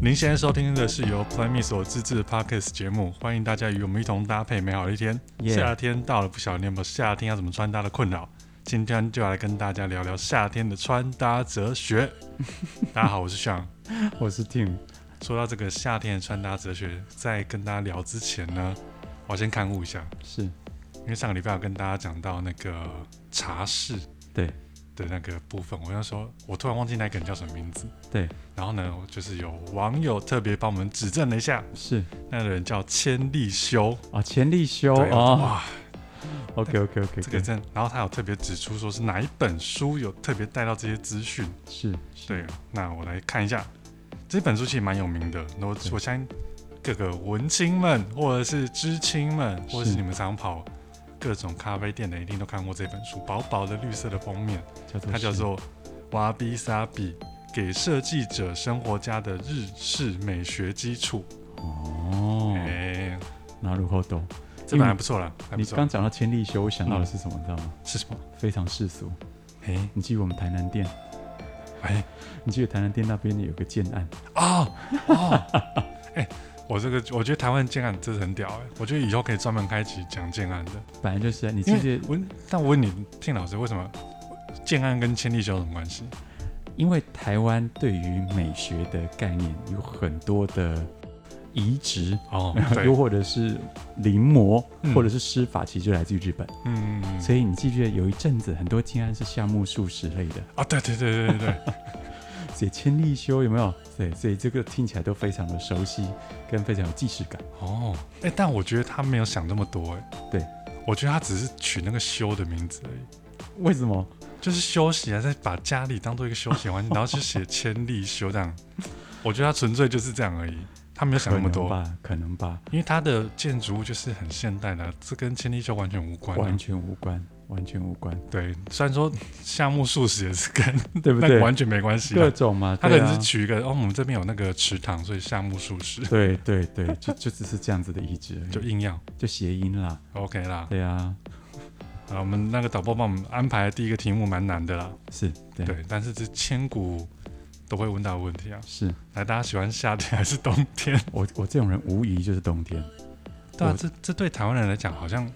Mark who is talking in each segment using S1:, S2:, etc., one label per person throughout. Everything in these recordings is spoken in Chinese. S1: 您现在收听的是由 Play Me 所自制的 Podcast 节目，欢迎大家与我们一同搭配美好的一天。
S2: Yeah
S1: 夏天到了，不晓得你有没有夏天要怎么穿搭的困扰？今天就来跟大家聊聊夏天的穿搭哲 学。大家好，我是尚。
S2: 我是 Tim，
S1: 说到这个夏天的穿搭哲学，在跟大家聊之前呢，我要先看护一下，
S2: 是
S1: 因为上个礼拜有跟大家讲到那个茶室
S2: 对
S1: 的那个部分，我要说，我突然忘记那个人叫什么名字。
S2: 对，
S1: 然后呢，就是有网友特别帮我们指正了一下，
S2: 是
S1: 那个人叫千利休。
S2: 啊，钱立修
S1: 对
S2: 哦
S1: 哇，
S2: ，OK OK OK，
S1: 这个真的，然后他有特别指出说是哪一本书有特别带到这些资讯。
S2: 是是
S1: 对，那我来看一下，这本书其实蛮有名的，那我
S2: 对
S1: 我相信各个文青们，或者是知青们，或者是
S2: 是
S1: 你们常跑各种咖啡店的，一定都看过这本书，薄薄的绿色的封面，
S2: 叫做
S1: 它叫
S2: 是
S1: 做《瓦比萨比》，给设计者生活家的日式美学基础。
S2: 哦，
S1: 哎、
S2: 那如何懂？
S1: 这本还不错啦，还不
S2: 你
S1: 错嗯
S2: 刚。讲到千利休，我想到的是什么，你知道吗？
S1: 是什么？
S2: 非常世俗。
S1: 哎、
S2: 你记得我们台南店，
S1: 哎
S2: 你记得台南店那边有个建案，
S1: 哦哦， 哎、我这个我觉得台湾建案真的很屌哎、我觉得以后可以专门开启讲建案的。
S2: 本来就是啊，你记
S1: 因为
S2: 得，
S1: 我但我问你，听老师为什么建安跟千利休有什么关系？
S2: 因为台湾对于美学的概念有很多的移植，
S1: 哦
S2: 又或者是临摹，
S1: 嗯
S2: 或者是施法，其实就来自于日本。
S1: 嗯嗯
S2: 所以你记不记得有一阵子很多金安是夏目漱石类的，
S1: 啊，对对对对对对，
S2: 所以千利休有没有？对，所以这个听起来都非常的熟悉，跟非常有既视感。
S1: 哦， 哎、但我觉得他没有想那么多哎、
S2: 对，
S1: 我觉得他只是取那个休的名字而已，
S2: 为什么？
S1: 就是休息啊，在把家里当做一个休闲环境，然后去写千利休这样， 我觉得他纯粹就是这样而已，他没有想
S2: 可
S1: 那么
S2: 能
S1: 多。
S2: 吧，可能吧，
S1: 因为它的建筑物就是很现代的啊、这跟千利休完全无关啊、
S2: 完全无关，完全无关，
S1: 对，虽然说夏目漱石也是跟，
S2: 对 不
S1: 但
S2: 对？
S1: 完全没关系啊、
S2: 各种嘛，
S1: 他可
S2: 对
S1: 能
S2: 啊
S1: 是取一个、哦，我们这边有那个池塘，所以夏目漱石
S2: 对对对，就就只是这样子的移植而已，
S1: 就
S2: 就
S1: 硬要
S2: 就谐音啦，
S1: OK 啦。
S2: 对啊，
S1: 啊，我们那个导播帮我们安排的第一个题目蛮难的啦，
S2: 是，对，
S1: 对，但是这千古都会问到的问题啊。
S2: 是
S1: 来，大家喜欢夏天还是冬天？
S2: 我我这种人无疑就是冬天，
S1: 对啊，
S2: 我
S1: 这这对台湾人来讲，好像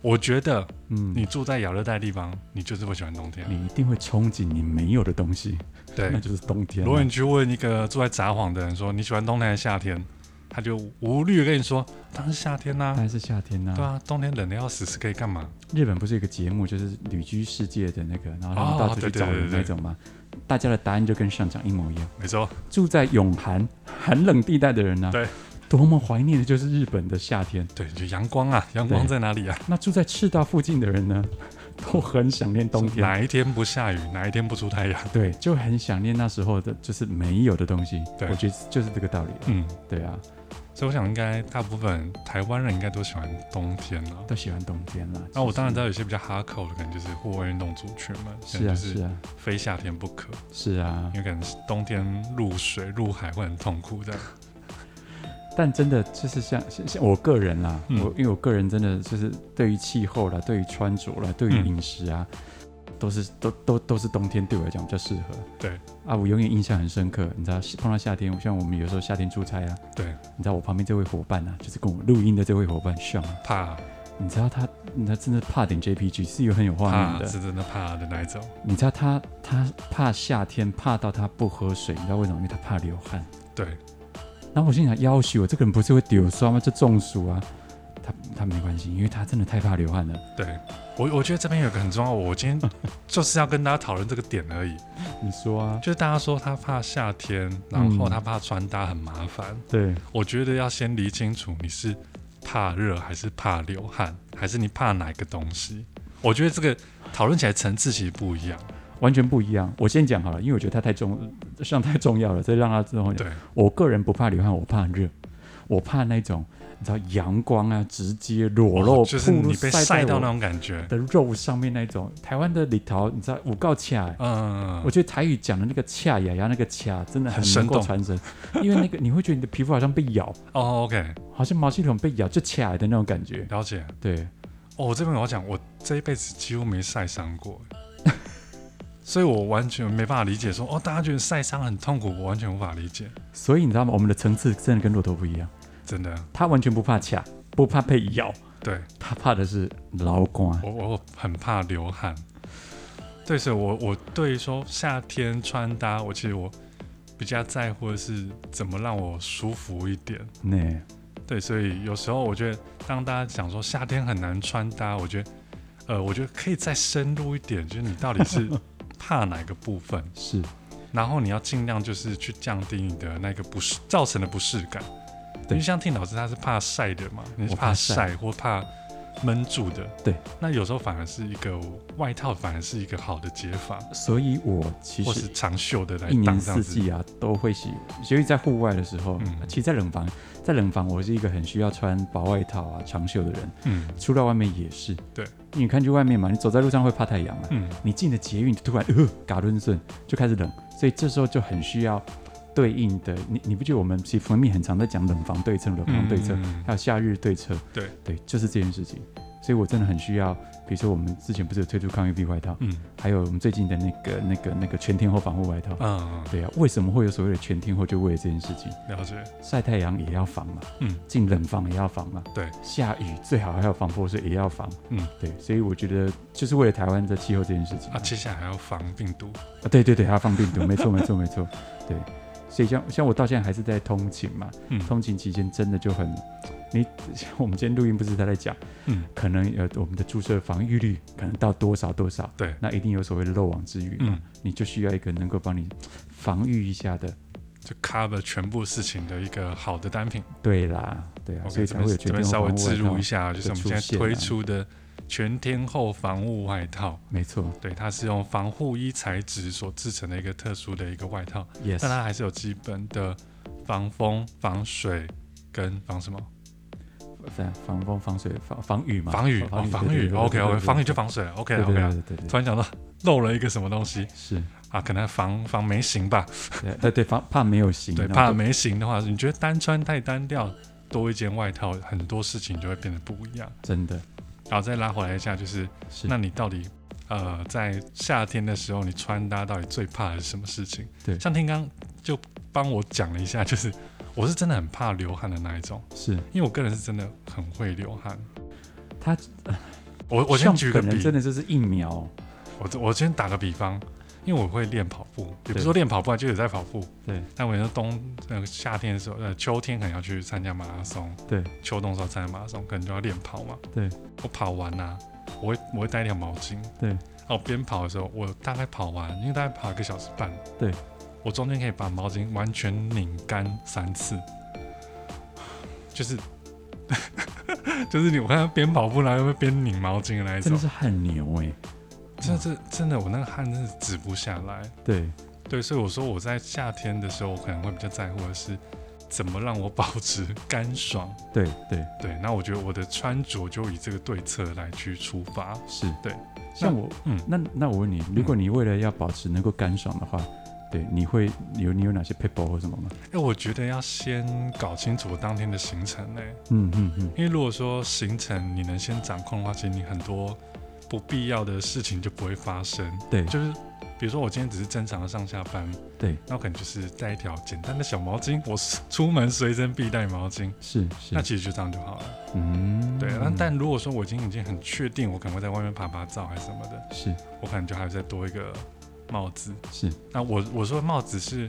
S1: 我觉得
S2: 嗯，
S1: 你住在亚热带地方，你就是会喜欢冬天啊。
S2: 你一定会憧憬你没有的东西，那
S1: 对，
S2: 就是冬天啊。
S1: 如果你去问一个住在札幌的人说你喜欢冬天还是夏天，他就无虑跟你说当然是夏天啦、
S2: 当然是夏天呐、
S1: 对啊，冬天冷的要死，是可以干嘛？
S2: 日本不是有个节目，就是旅居世界的那个，然后他们
S1: 哦
S2: 到处去
S1: 对对
S2: 找人
S1: 对对
S2: 那种嘛。大家的答案就跟上讲一模一样。
S1: 没错，
S2: 住在永寒寒冷地带的人呢、
S1: 对，
S2: 多么怀念的就是日本的夏天。
S1: 对，就阳光啊，阳光
S2: 对
S1: 在哪里啊？
S2: 那住在赤道附近的人呢， 都很想念冬天。
S1: 哪一天不下雨，哪一天不出太阳？
S2: 对，就很想念那时候的，就是没有的东西。
S1: 对
S2: 我觉得就是这个道理了。
S1: 嗯，
S2: 对啊，
S1: 所以我想应该大部分台湾人应该都喜欢冬天啊。
S2: 都喜欢冬天啦。
S1: 那我当然知
S2: 在
S1: 道有些比较哈扣的，可能就是户外运动族群嘛，可
S2: 是
S1: 能
S2: 啊，
S1: 就是是
S2: 啊，
S1: 非夏天不可，
S2: 是啊
S1: 因。为可能是冬天入水入海会很痛苦的。
S2: 但真的就是像像像我个人啦，
S1: 嗯
S2: 我因为我个人真的就是对于气候啦，对于穿着啦，对于
S1: 嗯
S2: 饮食啊，都是都都都是冬天对我来讲比较适合。
S1: 对
S2: 啊，我永远印象很深刻，你知道，碰到夏天，像我们有时候夏天出差啊，
S1: 对，
S2: 你知道我旁边这位伙伴啊，就是跟我录音的这位伙伴上，
S1: 怕
S2: 你知道他，他真的怕点 JPG 是有很有画面
S1: 怕
S2: 的，
S1: 是真的怕的那一种。
S2: 你知道他他怕夏天，怕到他不喝水，你知道为什么？因为他怕流汗。
S1: 对，
S2: 然后我心想，要许我这个人不是会丢酸吗？就中暑啊。他他没关系，因为他真的太怕流汗了。
S1: 对我，我觉得这边有个很重要，我今天就是要跟大家讨论这个点而已。
S2: 你说啊？
S1: 就是大家说他怕夏天，然后他怕穿搭很麻烦。
S2: 对，
S1: 我觉得要先理清楚你是怕热还是怕流汗，还是你怕哪个东西。我觉得这个讨论起来层次其实不一样。
S2: 完全不一样。我先讲好了，因为我觉得他太重，上太重要了，再让他之后讲。
S1: 对，
S2: 我个人不怕流汗，我怕热，我怕那种你知道阳光啊，直接裸露，
S1: 哦就是
S2: 暴露
S1: 你被晒
S2: 在
S1: 到
S2: 我
S1: 那种感觉。
S2: 的肉上面那种。台湾的里头，你知道五告卡、欸，
S1: 嗯
S2: 我，觉得台语讲的那个恰雅雅那个恰真的很
S1: 很生
S2: 能够
S1: 动
S2: 传神，因为那个你会觉得你的皮肤好像被咬，
S1: 哦，OK，
S2: 好像毛细孔被咬就恰的那种感觉。
S1: 了解。
S2: 对，
S1: 哦，我这边我要讲，我这一辈子几乎没晒伤过。 所以我完全没办法理解说哦，大家觉得晒伤很痛苦，我完全无法理解，
S2: 所以你知道吗？我们的层次真的跟骆驼不一样，
S1: 真的。
S2: 它完全不怕卡，不怕被咬，
S1: 对
S2: 它怕的是老光。
S1: 我我我很怕流汗，对，所以我我对于说夏天穿搭，我其实我比较在乎的是怎么让我舒服一点。
S2: 那、
S1: 对，所以有时候我觉得，当大家讲说夏天很难穿搭，我觉得，呃，我觉得可以再深入一点，就是你到底是怕哪个部分，
S2: 是
S1: 然后你要尽量就是去降低你的那个不适造成的不适感。因
S2: 对
S1: 为像听老师他是怕晒的嘛，你是
S2: 我怕
S1: 怕
S2: 晒
S1: 晒或怕闷住的，
S2: 对，
S1: 那有时候反而是一个外套，反而是一个好的解法，
S2: 所以我其
S1: 或
S2: 实
S1: 是长袖的来
S2: 一
S1: 当
S2: 年
S1: 这样
S2: 四
S1: 子。
S2: 季啊都会洗，尤其在户外的时候，
S1: 嗯
S2: 其实在冷房，在冷房我是一个很需要穿薄外套啊、长袖的人，
S1: 嗯
S2: 出到外面也是。
S1: 对，
S2: 你看去外面嘛，你走在路上会怕太阳嘛，
S1: 嗯，
S2: 你进了捷运突然呃嘎抡顺就开始冷，所以这时候就很需要对应的，你你不觉得我们其实 for me 很常在讲冷房对策、冷房对策，
S1: 嗯
S2: 还有夏日对策，
S1: 对
S2: 对，就是这件事情。所以我真的很需要，比如说我们之前不是有推出抗 UV 外套，
S1: 嗯
S2: 还有我们最近的那个那个那个全天候防护外套。
S1: 嗯，
S2: 对啊，为什么会有所谓的全天候？就为了这件事情，
S1: 了解，
S2: 晒太阳也要防嘛，
S1: 嗯，
S2: 进冷房也要防嘛，
S1: 对，
S2: 下雨最好还有防泼水也要防，
S1: 嗯，
S2: 对，所以我觉得就是为了台湾的气候这件事情
S1: 啊，接下来还要防病毒，
S2: 啊，对对对，还要放病毒，没错没错没错，对，所以像像我到现在还是在通勤嘛，
S1: 嗯
S2: 通勤期间真的就很，你 我们今天录音不是他在讲，
S1: 嗯，
S2: 可能呃我们的注射防御率可能到多少多少，
S1: 对
S2: 那一定有所谓的漏网之鱼嘛，
S1: 嗯
S2: 你就需要一个能够帮你防御一下的，
S1: 就 cover 全部事情的一个好的单品。
S2: 对啦，对啊，
S1: OK，
S2: 所以
S1: 这
S2: 才
S1: 边
S2: 会有
S1: 这
S2: 全
S1: 边
S2: 天候
S1: 稍微
S2: 防护
S1: 植入
S2: 外
S1: 一
S2: 套，
S1: 下，就是我们现在
S2: 出现
S1: 推
S2: 啊
S1: 出的全天候防护外套，
S2: 没错
S1: 对，它是用防护衣材质所制成的一个特殊的一个外套，但
S2: ，yes，
S1: 它还是有基本的防风、防水跟防什么
S2: 防防风防水防防雨嘛，
S1: 防雨哦，防雨。OK OK，防雨就防水，OK
S2: 对
S1: OK
S2: 对对
S1: 啊。
S2: 对对对
S1: 突
S2: 对，
S1: 然想到漏了一个什么东西
S2: 是。
S1: 啊，可能防防霉型吧，
S2: 对对对，怕怕没有型，
S1: 对，
S2: 然后
S1: 怕
S2: 都
S1: 没型的话，你觉得单穿太单调，多一件外套，很多事情就会变得不一样。
S2: 真的
S1: 然后再拉回来一下，就是
S2: 是
S1: 那你到底呃在夏天的时候，你穿搭到底最怕的是什么事情？
S2: 对
S1: 像天刚就帮我讲了一下，就是我是真的很怕流汗的那一种，
S2: 是
S1: 因为我个人是真的很会流汗。
S2: 他，
S1: 我我先
S2: 像
S1: 举个
S2: 本人
S1: 比，
S2: 真的就是一秒，
S1: 我我先打个比方，因为我会练跑步，也不是说练跑步啊，就有在跑步。
S2: 对
S1: 但我有时候冬呃夏天的时候，呃秋天可能要去参加马拉松，
S2: 对，
S1: 秋冬的时候参加马拉松，可能就要练跑嘛。
S2: 对，
S1: 我跑完啦、我会我会带一条毛巾。
S2: 对，
S1: 然后我边跑的时候，我大概跑完，因为大概跑一个小时半。
S2: 对，
S1: 我中间可以把毛巾完全拧干三次，就是 就是你我看到边跑步然后又边拧毛巾的那一
S2: 真
S1: 种
S2: 的，是很牛哎，
S1: 真的是真的我那个汗真的是止不下来。
S2: 对，
S1: 对，所以我说我在夏天的时候，我可能会比较在乎的是怎么让我保持 干爽。
S2: 对对
S1: 对，那我觉得我的穿着就以这个对策来去出发。
S2: 是，
S1: 对，
S2: 像我，
S1: 嗯
S2: 那那我问你，如果你为了要保持能够干爽的话，对，你会有你有哪些 people 或什么吗？
S1: 哎，我觉得要先搞清楚我当天的行程呢、
S2: 嗯嗯嗯，
S1: 因为如果说行程你能先掌控的话，其实你很多不必要的事情就不会发生。
S2: 对
S1: 就是比如说我今天只是正常的上下班，
S2: 对，
S1: 那我可能就是带一条简单的小毛巾，我出门随身必带毛巾，
S2: 是是
S1: 那，其实就这样就好了。
S2: 嗯，
S1: 对，但但如果说我已经已经很确定，我可能会在外面拍拍照还是什么的，
S2: 是
S1: 我可能就还会再多一个帽子。
S2: 是
S1: 那我我说的帽子是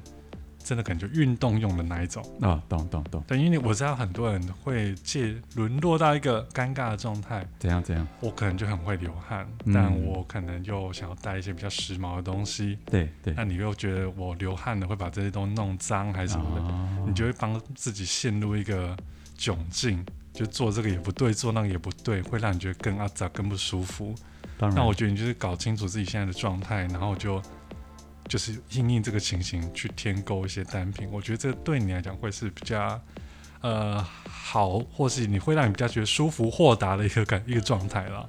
S1: 真的，可能就运动用的那一种。
S2: 啊，懂懂懂，
S1: 对，因为我知道很多人会借沦落到一个尴尬的状态，
S2: 怎样怎样，
S1: 我可能就很会流汗，
S2: 嗯
S1: 但我可能又想要带一些比较时髦的东西，
S2: 对对，
S1: 那你又觉得我流汗了会把这些东西弄脏还是什么的，嗯
S2: 啊
S1: 你就会帮自己陷入一个窘境，就做这个也不对，做那个也不对，会让你觉得更阿杂、更不舒服。
S2: 当然，
S1: 那我觉得你就是搞清楚自己现在的状态，然后就就是应应这个情形去添购一些单品。我觉得这对你来讲会是比较呃好，或是你会让你比较觉得舒服、豁达的一个感一个状态啦。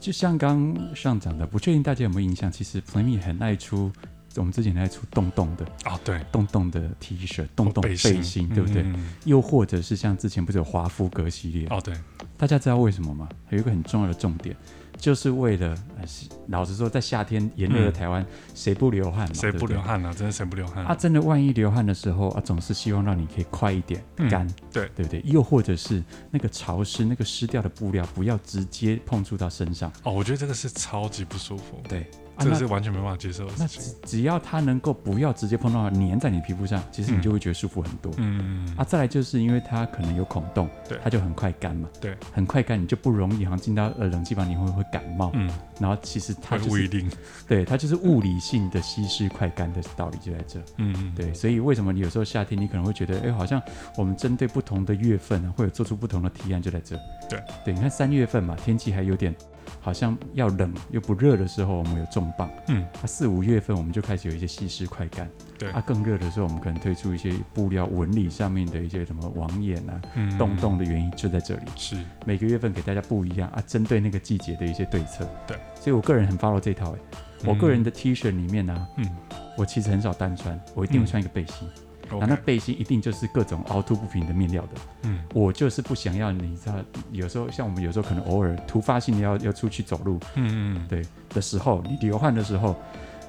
S2: 就像刚上讲的，不确定大家有没有印象，其实 Playme 很爱出，我们之前很爱出洞洞的、
S1: 哦，对，
S2: 洞洞的 T 恤、洞洞
S1: 哦背
S2: 背
S1: 心，
S2: 心，对不对？
S1: 嗯嗯嗯
S2: 又或者是像之前不是有华夫格系列，
S1: 哦，对，
S2: 大家知道为什么吗？有一个很重要的重点，就是为了，呃是老实说，在夏天炎热的
S1: 嗯
S2: 台湾，谁、不流汗嘛？
S1: 谁
S2: 对
S1: 不
S2: 对
S1: 流汗啊？真的谁不流汗？
S2: 啊？真的，万一流汗的时候啊，总是希望让你可以快一点
S1: 嗯
S2: 干、
S1: 对
S2: 对不对？又或者是那个潮湿、那个湿掉的布料，不要直接碰触到身上。
S1: 哦，我觉得这个是超级不舒服，
S2: 对，啊、
S1: 这个
S2: 那
S1: 是完全没办法接受的
S2: 那
S1: 事
S2: 只
S1: 情。
S2: 只要它能够不要直接碰到粘在你皮肤上，其实你
S1: 嗯
S2: 就会觉得舒服很多。
S1: 嗯，
S2: 啊，再来就是因为它可能有孔洞，
S1: 对
S2: 它就很快干嘛，
S1: 对，
S2: 很快干，你就不容易好像进到呃冷气房你会会感冒，
S1: 嗯，
S2: 然后其实它
S1: 会
S2: 就
S1: 不一
S2: 是
S1: 定，
S2: 对它就是物理性的吸湿快干的道理就在这，
S1: 嗯，
S2: 对，所以为什么你有时候夏天你可能会觉得，哎，好像我们针对不同的月份啊，会有做出不同的提案就在这，
S1: 对，
S2: 对，你看三月份嘛，天气还有点好像要冷又不热的时候，我们有重磅，
S1: 嗯，
S2: 啊，四五月份我们就开始有一些吸湿快干，
S1: 对
S2: 啊，更热的时候我们可能推出一些布料纹理上面的一些什么网眼啊，
S1: 嗯
S2: 洞洞的原因就在这里。
S1: 是，
S2: 每个月份给大家不一样啊，针对那个季节的一些对策。
S1: 对，
S2: 所以我个人很 follow 这套、欸。我个人的 T 恤里面呢、啊
S1: 嗯，
S2: 我其实很少单穿，我一定会穿一个背心，
S1: 嗯
S2: 然后那
S1: OK，
S2: 背心一定就是各种凹凸不平的面料的。
S1: 嗯
S2: 我就是不想要，你知道，有时候像我们有时候可能偶尔突发性的要要出去走路
S1: 嗯嗯，
S2: 对的时候，你流汗的时候，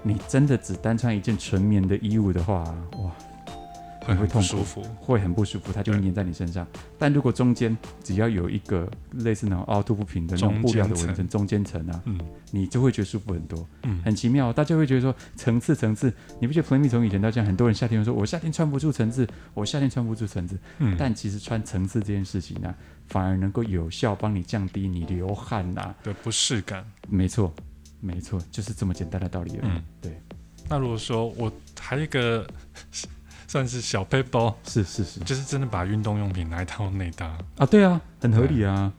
S2: 你真的只单穿一件纯棉的衣物的话，哇，
S1: 会
S2: 会
S1: 很
S2: 痛
S1: 不
S2: 苦
S1: 舒服，
S2: 会很不舒服，它就会
S1: 对
S2: 粘在你身上。但如果中间只要有一个类似那种
S1: 哦
S2: 凹凸不平的那种
S1: 中
S2: 布料的
S1: 间
S2: 纹身，中间层啊，
S1: 嗯
S2: 你就会觉得舒服很多，
S1: 嗯，
S2: 很奇妙。大家会觉得说层次层次，你不觉得 Play Me 从以前到现在，很多人夏天会说我夏天穿不住层次，我夏天穿不住层次，
S1: 嗯
S2: 但其实穿层次这件事情呢、啊反而能够有效帮你降低你流汗呐、
S1: 的不适感。
S2: 没错，没错，就是这么简单的道理而已。
S1: 嗯
S2: 对，
S1: 那如果说我还有一个 算是小 p a p e
S2: 是是是
S1: 就是真的把运动用品拿来当内搭，
S2: 啊，对啊，很合理啊，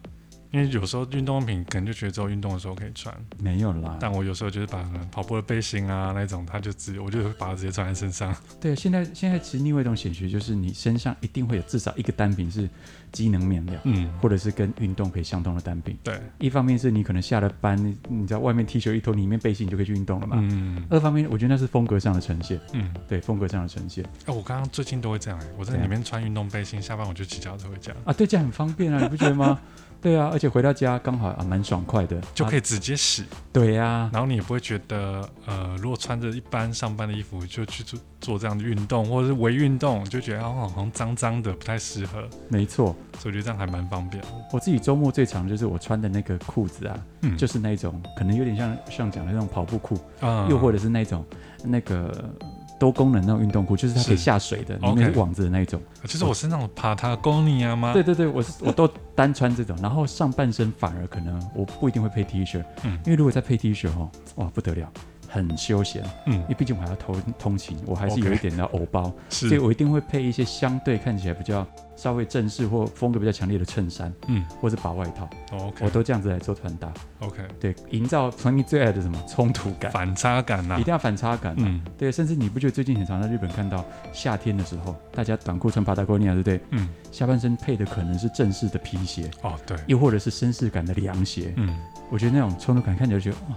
S1: 因为有时候运动用品可能就觉得只有运动的时候可以穿，
S2: 没有啦。
S1: 但我有时候就是把嗯跑步的背心啊那种，它就只我就把它直接穿在身上。
S2: 对，现在现在其实另外一种显学就是你身上一定会有至少一个单品是机能面料，
S1: 嗯，
S2: 或者是跟运动可以相通的单品。
S1: 对，
S2: 一方面是你可能下了班，你你知道外面 T 恤一脱，里面背心你就可以去运动了嘛。
S1: 嗯
S2: 二方面，我觉得那是风格上的呈现，
S1: 嗯，
S2: 对风格上的呈现
S1: 哎、我刚刚最近都会这样、欸，我在
S2: 对啊
S1: 里面穿运动背心，下班我就骑脚踏车回家，
S2: 啊，对，这样很方 便啊，你不觉得吗？对啊，而且回到家刚好啊，蛮爽快的，
S1: 就
S2: 以、
S1: 可以直接洗，
S2: 对啊，
S1: 然后你也不会觉得呃，如果穿着一般上班的衣服就去做做这样的运动，或者是微运动，就觉得哦好像脏脏的，不太适合，
S2: 没错。
S1: 所以我觉得这样还蛮方便的。
S2: 我自己周末最常就是我穿的那个裤子啊，
S1: 嗯，
S2: 就是那种可能有点像像讲的那种跑步裤，
S1: 啊
S2: 又或者是那种那个多功能那种运动裤，就是它可以
S1: 是
S2: 下水的，里
S1: OK
S2: 面是网子的那一种。
S1: 就是我是那种 Patagonia 吗？
S2: 对，对对，我是我都单穿这种，然后上半身反而可能我不一定会配 T 恤，
S1: 嗯
S2: 因为如果再配 T 恤哦，哇不得了，很休闲，
S1: 嗯
S2: 因为，毕竟我还要通通勤，我还是
S1: OK
S2: 有一点的偶包所以
S1: 是，
S2: 我一定会配一些相对看起来比较稍微正式或风格比较强烈的衬衫
S1: 嗯哦
S2: 或是薄外套，
S1: ，OK，
S2: 我都这样子来做穿搭，
S1: OK，
S2: 对，营造 p l 最爱的什么冲突感，
S1: 反差感呐、
S2: 一定要反差感、啊。
S1: 嗯
S2: 对，甚至你不觉得最近很常在日本看到夏天的时候，大家短裤穿 Patagonia 对不对？
S1: 嗯，
S2: 下半身配的可能是正式的皮鞋，
S1: 哦对，
S2: 又或者是绅士感的凉鞋。
S1: 嗯，
S2: 我觉得那种冲突感看起来就觉得哇，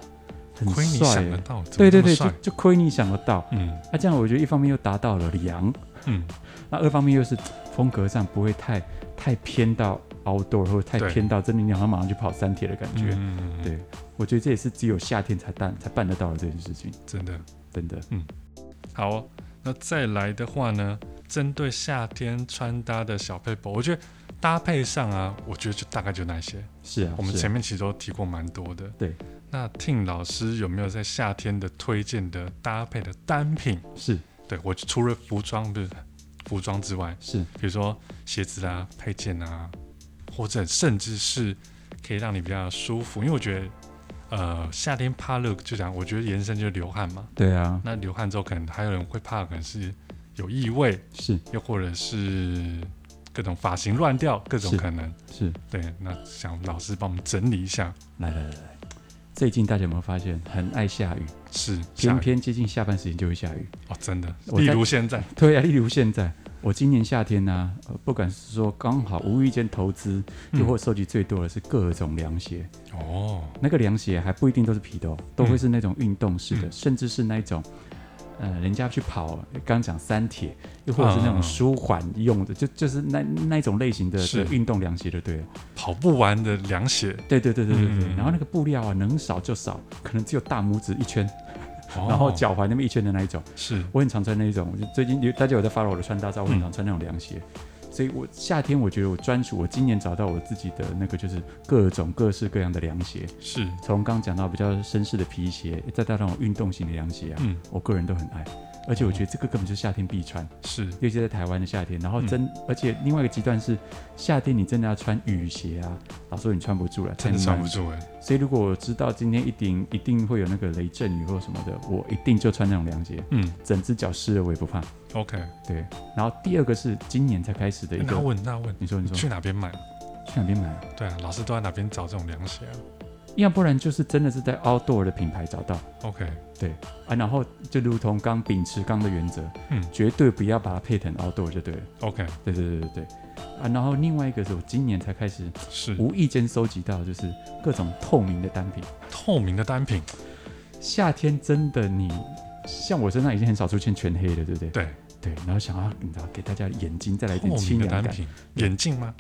S2: 很
S1: 亏你
S2: 帅
S1: 想
S2: 耶
S1: 得。到，怎么
S2: 对对
S1: 那么
S2: 对，就
S1: 帅
S2: 就亏你想得到。
S1: 嗯
S2: 那、这样我觉得一方面又达到了凉，
S1: 嗯，
S2: 那二方面又是风格上不会太太偏到 outdoor 或者太
S1: 对
S2: 偏到真的你好像马上去跑三铁的感觉。
S1: 嗯，
S2: 对我觉得这也是只有夏天才办才办得到的这件事情，
S1: 真的
S2: 真的。
S1: 好哦、那再来的话呢，针对夏天穿搭的小配博，我觉得搭配上啊，我觉得就大概就那些。
S2: 是啊，
S1: 我们
S2: 是啊
S1: 前面其实都提过蛮多的。
S2: 对，
S1: 那听老师有没有在夏天的推荐的搭配的单品？
S2: 是
S1: 对我除了服装不是服装之外，
S2: 是
S1: 比如说鞋子啊、配件啊，或者甚至是可以让你比较舒服，因为我觉得。呃，夏天怕热，就讲我觉得延伸就是流汗嘛。
S2: 对啊，
S1: 那流汗之后，可能还有人会怕，可能是有异味，
S2: 是
S1: 又或者是各种发型乱掉，各种
S2: 是
S1: 可能。
S2: 是，
S1: 对，那想老师帮我们整理一下，
S2: 来来来来，最近大家有没有发现很爱下雨？
S1: 是下
S2: 偏
S1: 雨
S2: 偏接近下班时间就会下雨。
S1: 哦，真的，
S2: 我
S1: 例
S2: 在
S1: 如现在，
S2: 对啊，例如现在，我今年夏天呢、呃，不管是说刚好无意间投资，又
S1: 嗯
S2: 或收集最多的是各种凉鞋。
S1: 哦，
S2: 那个凉鞋还不一定都是皮的、哦，都会是那种运动式的，甚至是那一种呃，人家去跑刚讲三铁，又或者是那
S1: 嗯嗯
S2: 种
S1: 嗯
S2: 舒缓用的，就就是那那一种类型的
S1: 是
S2: 的运动凉鞋就对了。
S1: 跑不完的凉鞋，
S2: 对对对对对对。
S1: 嗯嗯嗯
S2: 然后那个布料啊，能少就少，可能只有大拇指一圈，然
S1: 然
S2: 后脚踝那么一圈的那一种。
S1: 哦是
S2: 我很常穿那一种，我就最近有大家有在 follow 我的穿搭照，我很常穿那种凉鞋。
S1: 嗯
S2: 所以我夏天我觉得我专属，我今年找到我自己的那个就是各种各式各样的凉鞋，
S1: 是，
S2: 从刚讲到比较绅士的皮鞋，再到那种运动型的凉鞋啊，
S1: 嗯
S2: 我个人都很爱。而且我觉得这个根本就是夏天必穿，
S1: 是
S2: 尤其在台湾的夏天。然后真，
S1: 嗯
S2: 而且另外一个极端是，夏天你真的要穿雨鞋啊，老实说你穿不住了，
S1: 真的
S2: 太
S1: 穿
S2: 闷
S1: 不住哎，
S2: 所以如果我知道今天一定一定会有那个雷阵雨或什么的，我一定就穿那种凉鞋，
S1: 嗯
S2: 整只脚湿了我也不怕。
S1: ，OK，
S2: 对，然后第二个是今年才开始的一
S1: 那
S2: 个，
S1: 问那问，
S2: 你说你说
S1: 去哪边买？
S2: 去哪边买、啊？
S1: 对啊，老师都在哪边找这种凉鞋啊
S2: 要不然就是真的是在 outdoor 的品牌找到
S1: ？OK，
S2: 啊，然后就如同刚秉持刚的原则，
S1: 嗯
S2: 绝对不要把它配成 outdoor 就对了。
S1: OK，
S2: 对对对对对，啊，然后另外一个是我今年才开始
S1: 是
S2: 无意间收集到的，就是各种透明的单品。
S1: 透明的单品，
S2: 夏天真的你，像我身上已经很少出现全黑的，对不对？
S1: 对
S2: 对，然后想要你知道给大家眼睛再来一
S1: 透
S2: 点
S1: 明
S2: 清
S1: 的单
S2: 凉感，
S1: 品， 眼镜吗？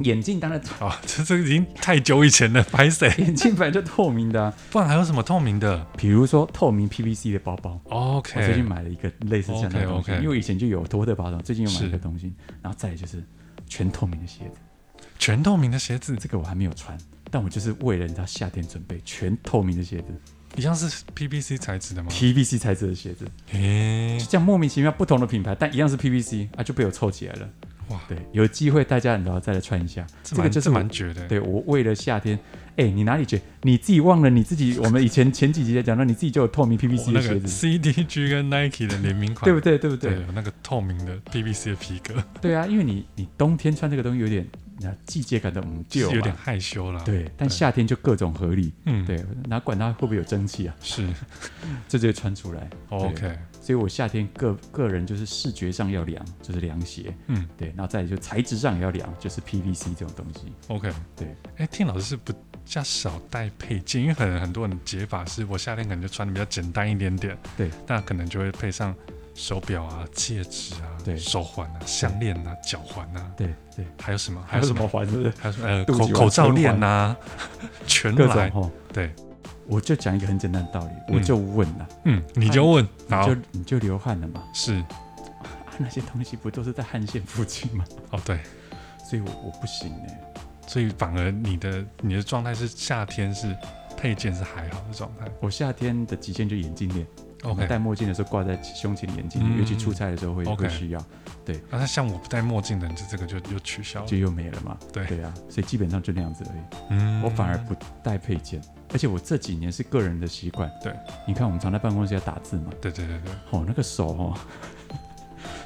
S2: 眼镜当然
S1: 啊， 这这已经太久以前了， 拍谁？
S2: 眼镜本来就透明的、啊。
S1: 不然还有什么透明的
S2: 比如说透明 PVC 的包包，我最近
S1: ？OK，
S2: 买了一个类似像那东西
S1: OK，OK
S2: 因为我以前就有多特保障，最近又买了一个
S1: 是
S2: 东西，然后再来就是全透明的鞋子，
S1: 全透明的鞋子，
S2: 这个我还没有穿，但我就是为了你知道夏天准备全透明的鞋子、
S1: 一样是 PVC 材质的吗？
S2: PVC 材质的鞋子，
S1: 诶
S2: 就，这样莫名其妙不同的品牌，但一样是 PVC 啊，就被我凑起来了。
S1: 哇
S2: 对，有机会大家你知道再来穿一下，
S1: 这
S2: 这个
S1: 蛮
S2: 就是
S1: 这
S2: 我
S1: 蛮绝的。哦
S2: 对我为了夏天，哎、你哪里觉你自己忘了你自己？我们以前前几集在讲到你自己就有透明
S1: 我哦
S2: PVC
S1: 那
S2: 的鞋
S1: 个
S2: 子，
S1: CDG 跟 Nike 的联名款，
S2: 对不对？对不
S1: 对，有那个透明的 PVC 的皮革，
S2: 对啊，因为你你冬天穿这个东西有点，那季节感的嗯，
S1: 就
S2: 就是
S1: 有点害羞啦。，
S2: 对，但夏天就各种合理，
S1: 嗯，，
S2: 对，哪管它会不会有蒸汽啊，
S1: 是
S2: 这就穿出来。
S1: OK，
S2: 所以我夏天个个人就是视觉上要凉，就是凉鞋，
S1: 嗯
S2: 对，然后再来就材质上也要凉，就是 PVC 这种东西。
S1: OK，
S2: 对，
S1: 哎，听老师是不加少带配件，因为很很多人的解法是我夏天可能就穿的比较简单一点点，
S2: 对，
S1: 那可能就会配上手表啊、戒指啊、
S2: 对
S1: 手环啊、项链啊、脚环啊，
S2: 对对，
S1: 还有什么？
S2: 还有什么？环是不是？
S1: 还有什么？呃，
S2: 肚脐
S1: 口
S2: 环
S1: 口罩
S2: 唇环
S1: 链呐， 全
S2: 各
S1: 来
S2: 种。吼。
S1: 对，
S2: 我就讲一个很简单的道理，我
S1: 嗯
S2: 就问了，
S1: 嗯，你就问，好
S2: 哎你就你就流汗了嘛，
S1: 是
S2: 啊，那些东西不都是在汗腺附近吗？
S1: 哦，对，
S2: 所以我我不行哎、
S1: 所以反而你的你的状态是夏天是配件是还好的状态。
S2: 我夏天的极限就眼镜链。我们
S1: OK，
S2: 戴墨镜的时候挂在胸前的眼镜
S1: 嗯
S2: 里，尤其出差的时候会
S1: OK
S2: 会需要，
S1: 那、啊、像我不戴墨镜的人，就这个就又取消了
S2: 就。又没了嘛。
S1: 对
S2: 对啊，所以基本上就那样子而已。
S1: 嗯
S2: 我反而不戴配件，而且我这几年是个人的习惯。
S1: 对，
S2: 你看我们常在办公室要打字嘛，
S1: 对对对对、
S2: 哦，那个手哦，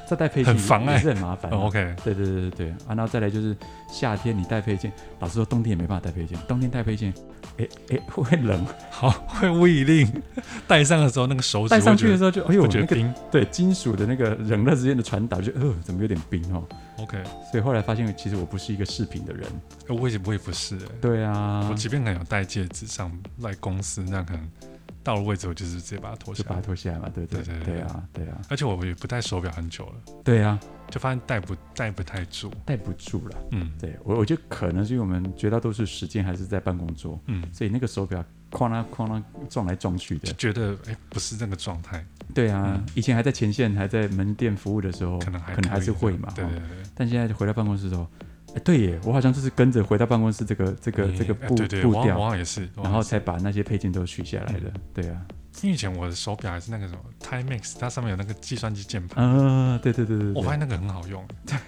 S2: 再戴配件
S1: 很妨碍
S2: 也是很麻烦。啊
S1: 哦、，OK，
S2: 对对对对对，啊，然后再来就是夏天你戴配件，老实说冬天也没办法戴配件，冬天戴配件，哎哎会不会冷，
S1: 好，会无以令。戴上的时候那个手指
S2: 戴上
S1: 会
S2: 去
S1: 觉
S2: 的
S1: 得
S2: 时候就哎呦
S1: 会觉
S2: 那
S1: 得
S2: 个
S1: 冰。
S2: 对金属的那个冷热之间的传导就呃怎么有点冰哦，
S1: OK，
S2: 所以后来发现，其实我不是一个饰品的人。
S1: 呃我也我也不是、欸，
S2: 对啊
S1: 我，即便可能有戴戒指上来公司，那可能到了位置我就是直接把它脱
S2: 就
S1: 下
S2: 把它
S1: 来。
S2: 脱下来嘛，对对
S1: 对对对
S2: 对啊，对啊，
S1: 而且我也不戴手表很久了，
S2: 对啊，
S1: 就发现戴不戴不太住。
S2: 戴不住了。
S1: 嗯，
S2: 对我，我觉得可能是因为我们绝大多数时间还是在办公桌，
S1: 嗯，
S2: 所以那个手表哐啦哐啦撞来撞去
S1: 就
S2: 的。
S1: 觉得哎、不是那个状态，
S2: 对啊
S1: 嗯，
S2: 以前还在前线，还在门店服务的时候，
S1: 可能还
S2: 可能还
S1: 以
S2: 是会嘛。
S1: 对
S2: 哦
S1: 对对。
S2: 但现在回到办公室的时候，哎，对耶，我好像就是跟着回到办公室这个这个
S1: 你
S2: 这个
S1: 哎
S2: 步
S1: 对对，
S2: 步
S1: 我好我
S2: 调，
S1: 好像也是。我
S2: 然
S1: 好像
S2: 后
S1: 是嗯
S2: 才把那些配件都取下来的。对啊，
S1: 因为以前我的手表还是那个什么 Timex，它上面有那个计算机键盘，
S2: 啊，对对对对
S1: 嗯我发
S2: 对，
S1: 现那个很好用。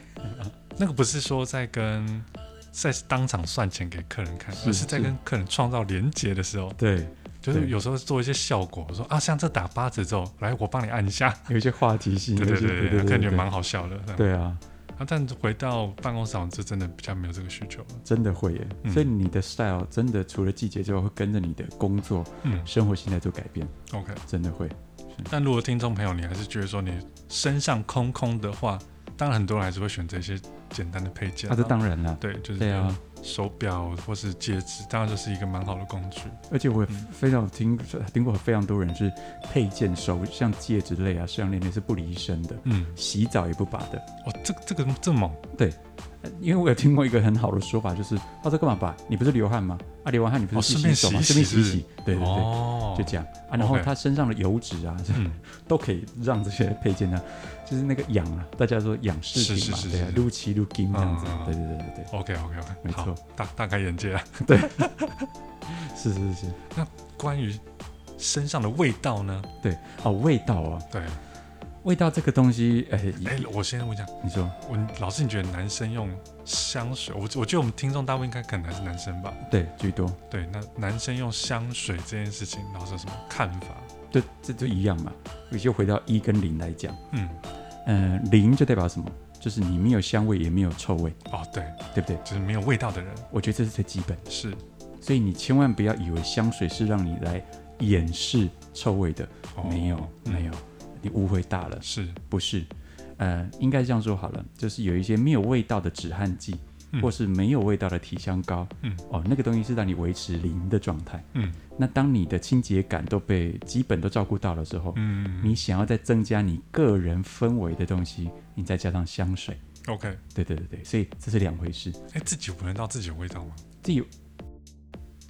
S1: 那个不是说在跟在当场算钱给客人看，
S2: 是
S1: 而是在
S2: 是
S1: 跟客人创造连接的时候，
S2: 对，
S1: 就是
S2: 对
S1: 有时候做一些效果，我说啊，像这打八折之后，来我帮你按一下。
S2: 有一些话题性，
S1: 对
S2: 有
S1: 对
S2: 一些
S1: 对
S2: 嗯
S1: 对，
S2: 对对，
S1: 感觉
S2: 对
S1: 蛮好笑的。这样
S2: 对啊，
S1: 啊，但回到办公室，好像就真的比较没有这个需求了。
S2: 真的会耶。
S1: 嗯
S2: 所以你的 style 真的除了季节之外，会跟着你的工作、
S1: 嗯
S2: 生活心态做改变，
S1: ，OK。
S2: 真的会。
S1: 但如果听众朋友你还是觉得说你身上空空的话，当然很多人还是会选择一些简单的配件
S2: 啊，
S1: 啊。
S2: 这当然啦，
S1: 对，就是
S2: 对啊，
S1: 手表或是戒指，当然就是一个蛮好的工具。
S2: 而且我也
S1: 嗯
S2: 非常听听过非常多人是配件手像戒指类啊、项链类是不离身的，
S1: 嗯，
S2: 洗澡也不拔的。
S1: 哦，这个这个这么猛，
S2: 呃因为我有听过一个很好的说法，就是他说干嘛拔？你不是流汗吗？啊，流完汗你不
S1: 哦
S2: 是
S1: 顺
S2: 去洗
S1: 便
S2: 手吗？
S1: 洗
S2: 顺
S1: 一
S2: 便
S1: 洗是
S2: 洗一
S1: 不是
S2: 洗，对对对，
S1: 哦
S2: 就这样啊。然后
S1: OK
S2: 他身上的油脂啊，是
S1: 嗯，
S2: 都可以让这些配件呢，就是那个养啊，大家说养饰品嘛
S1: 是是是，
S2: 对啊
S1: 是，
S2: 撸漆撸金这样子
S1: 嗯嗯嗯，
S2: 对对对对对，
S1: OK OK OK，
S2: 没
S1: 好
S2: 错，
S1: 大大开眼界了。啊
S2: 是是是，
S1: 关于身上的味道呢？
S2: 哦，味道啊，
S1: 对，
S2: 味道这个东西，哎，
S1: 哎、我先问一下，
S2: 你说
S1: 我老师你觉得男生用香水，我我觉得我们听众大部分应该可能还是男生吧？
S2: 对居多，
S1: 对，那男生用香水这件事情，老师有什么看法？
S2: 这这就一样嘛，你就回到一跟零来讲，
S1: 嗯，
S2: 呃，零就代表什么？就是你没有香味，也没有臭味，
S1: 哦，对，
S2: 对不对？
S1: 就是没有味道的人
S2: 我觉得这是最基本的，
S1: 是
S2: 所以你千万不要以为香水是让你来掩饰臭味的，
S1: 哦
S2: 没有
S1: 嗯
S2: 没有，你误会大了。
S1: 是
S2: 不是，呃，应该这样说好了，就是有一些没有味道的止汗剂，
S1: 嗯
S2: 或是没有味道的体香膏，
S1: 嗯，
S2: 哦，那个东西是让你维持零的状态。
S1: 嗯
S2: 那当你的清洁感都被基本都照顾到的时候，
S1: 嗯，
S2: 你想要再增加你个人氛围的东西，你再加上香水，
S1: OK？
S2: 对对对对，所以这是两回事。
S1: 哎、自己闻得到自己的味道吗？
S2: 这有，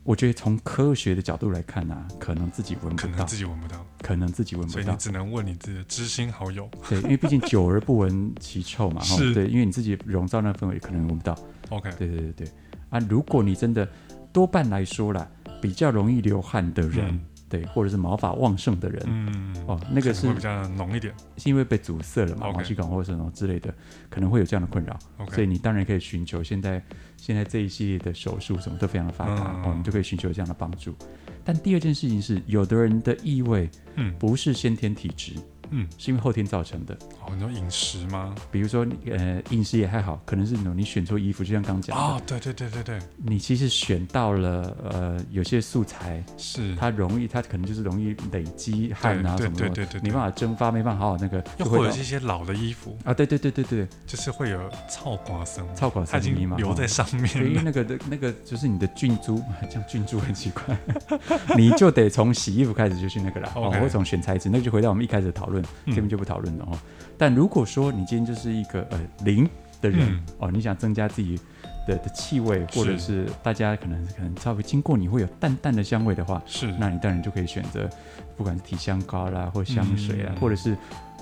S2: 我觉得从科学的角度来看啊，可能自己闻
S1: 可
S2: 不到
S1: 能自，己闻不到，
S2: 可能自己闻不
S1: 所以
S2: 到
S1: 你，只能问你自己的知心好友。
S2: 对，因为毕竟久而不闻其臭 嘛，哈
S1: 是，
S2: 对，因为你自己笼罩那氛围，可能闻不到。
S1: OK，
S2: 对对对对啊！如果你真的多半来说啦，比较容易流汗的人，对，或者是毛发旺盛的人，
S1: 嗯，嗯
S2: 哦，那
S1: 可
S2: 个
S1: 能
S2: 是
S1: 会比较浓一点。
S2: 是因为被阻塞了嘛，
S1: OK
S2: 毛细管或者什么之类的，可能会有这样的困扰。所
S1: OK，
S2: 以你当然可以寻求现在现在这一系列的手术什么都非常的发达、
S1: 嗯
S2: 哦，你就可以寻求这样的帮助。但第二件事情是，有的人的异味
S1: 嗯
S2: 不是先天体质，
S1: 嗯，
S2: 是因为后天造成的。
S1: 哦，你说饮食吗？
S2: 比如说，呃，饮食也还好，可能是那种你选错衣服，就像刚讲的，
S1: 哦，对对对对对，
S2: 你其实选到了呃有些素材，
S1: 是，
S2: 它容易，它可能就是容易累积汗啊
S1: 对
S2: 什么
S1: 对
S2: 的，
S1: 对对对
S2: 没办法蒸发，没办法好好那个，
S1: 又
S2: 就
S1: 或
S2: 会
S1: 者
S2: 到
S1: 是一些老的衣服，
S2: 啊，对对对对对，
S1: 就是会有草瓜生，
S2: 草稿
S1: 它已经
S2: 嘛，
S1: 留在
S2: 哦
S1: 上
S2: 对
S1: 面
S2: 因为
S1: 了。
S2: 那个的那个就是你的菌株， 这样菌株很奇怪， 你就得从洗衣服开始就去那个了，哦，
S1: OK
S2: 或从选材质，那就回到我们一开始的讨论，
S1: 嗯
S2: 这边就不讨论了哦。但如果说你今天就是一个呃零的人、
S1: 嗯
S2: 哦，你想增加自己的的气味，或者是大家可能可能稍微经过你会有淡淡的香味的话，
S1: 是，
S2: 那你当然就可以选择不管是体香膏啦，或香水啦，
S1: 嗯
S2: 或者是。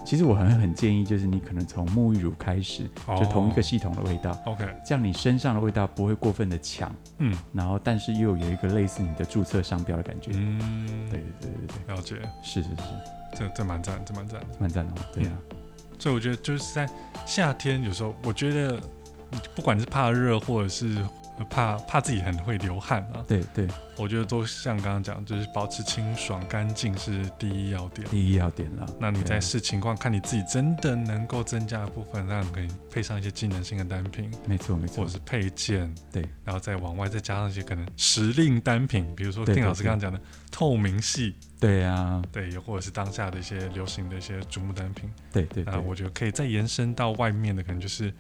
S2: 其实我很很建议，就是你可能从沐浴乳开始，就同一个
S1: 哦
S2: 系统的味道，
S1: OK，
S2: 这样你身上的味道不会过分的强，
S1: 嗯
S2: 然后但是又有一个类似你的注册商标的感觉。
S1: 嗯，
S2: 对对对对对，
S1: 了解，
S2: 是是是，
S1: 这这蛮赞，这蛮赞。
S2: 蛮赞的哦。对啊，
S1: 所以我觉得就是在夏天，有时候我觉得，不管是怕热或者是怕怕自己很会流汗啊，
S2: 对对，
S1: 我觉得都像刚刚讲，就是保持清爽干净是第一要点。
S2: 第一要点啦。
S1: 那你
S2: 对
S1: 在
S2: 啊
S1: 视情况看你自己真的能够增加的部分，那你可以配上一些技能性的单品
S2: 没错没
S1: 或
S2: 错
S1: 者，是配件，
S2: 对，
S1: 然后再往外再加上一些可能时令单品，比如说
S2: 对
S1: 丁
S2: 对
S1: 老师
S2: 对
S1: 刚刚讲的透明系，
S2: 对啊，
S1: 对，或者是当下的一些流行的一些瞩目单品，
S2: 对对
S1: 那
S2: 对，
S1: 啊我觉得可以再延伸到外面的，可能就是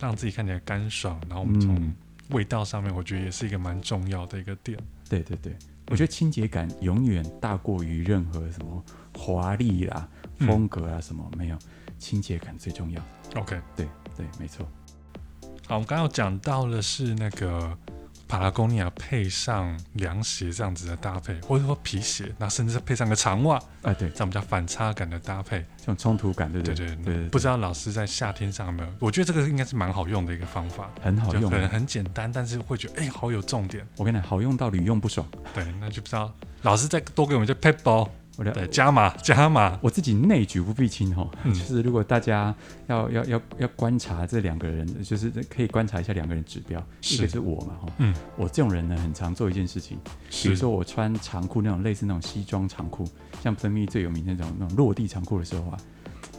S1: 让自己看起来干爽，然后我们从
S2: 嗯，
S1: 味道上面，我觉得也是一个蛮重要的一个点。
S2: 对对对，
S1: 嗯
S2: 我觉得清洁感永远大过于任何什么华丽啦、
S1: 嗯
S2: 风格啊什么，没有，清洁感最重要。
S1: OK，
S2: 对对，没错，
S1: 好，我们刚刚有讲到的是那个帕拉贡尼亚配上凉鞋这样子的搭配，或者说皮鞋，那甚至是配上个长袜，
S2: 啊对，
S1: 这样比较反差感的搭配。
S2: 这种冲突感，对不
S1: 对
S2: 对？
S1: 对对，
S2: 对对
S1: 不知道老师在夏天上有没有？我觉得这个应该是蛮好用的一个方法，
S2: 很好
S1: 就
S2: 用
S1: 可能
S2: 啊，
S1: 很简单，但是会觉得哎、好有重点。
S2: 我跟你讲，好用到屡用不爽。
S1: 对，那就不知道老师再多给我们一些 pep ball，
S2: 我的
S1: 对，加码加码。
S2: 我自己内举不避亲哈、
S1: 嗯
S2: 就是如果大家要要要要观察这两个人，就是可以观察一下两个人指标，
S1: 是
S2: 一个是我嘛哈，
S1: 嗯，
S2: 我这种人呢很常做一件事情，比如
S1: 是
S2: 说我穿长裤那种类似那种西装长裤，像 Play Me 最有名那种那种落地长裤的时候啊，